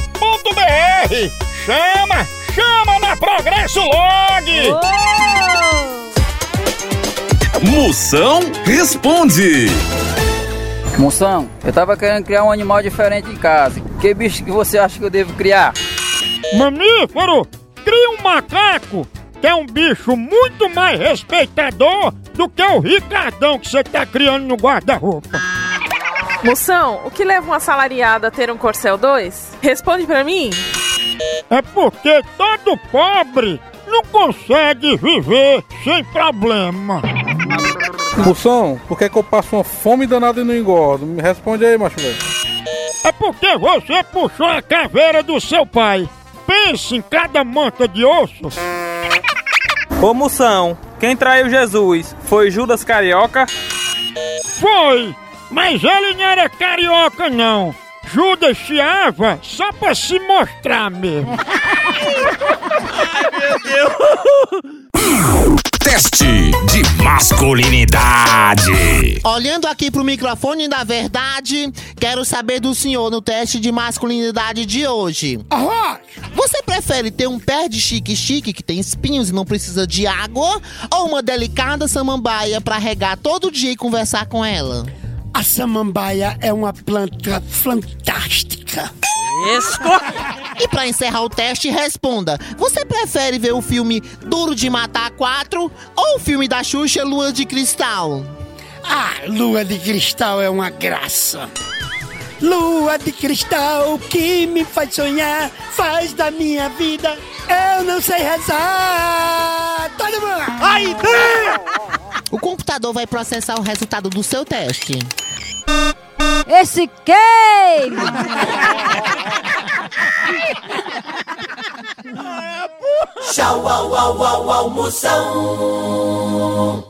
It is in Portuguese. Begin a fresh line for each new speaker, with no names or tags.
progressolog.com.br. Chama, chama na Progresso Log.
Oh!
Moção responde.
Moção, eu tava querendo criar um animal diferente em casa. Que bicho que você acha que eu devo criar?
Mamífero, cria um macaco, que é um bicho muito mais respeitador do que o Ricardão que você tá criando no guarda-roupa.
Moção, o que leva um assalariado a ter um Corcel 2? Responde pra mim.
É porque todo pobre não consegue viver sem problema.
Moção, por que, que eu passo uma fome danada e não engordo? Me responde aí, macho velho.
É porque você puxou a caveira do seu pai. Pense em cada manta de osso.
Ô Moção, quem traiu Jesus foi Judas Carioca?
Foi, mas ele não era carioca não. Judas chiava só pra se mostrar mesmo.
Teste de masculinidade.
Olhando aqui pro microfone da verdade, quero saber do senhor no teste de masculinidade de hoje. Você prefere ter um pé de chique-chique que tem espinhos e não precisa de água? Ou uma delicada samambaia pra regar todo dia e conversar com ela?
A samambaia é uma planta fantástica.
E pra encerrar o teste, responda: Você prefere ver o filme Duro de Matar 4 ou o filme da Xuxa Lua de Cristal?
Ah, lua de cristal é uma graça. Lua de cristal que me faz sonhar, faz da minha vida. Eu não sei rezar. Todo mundo! Ai,
O computador vai processar o resultado do seu teste.
Esse queijo!
Tchau, au, au, au, almoção.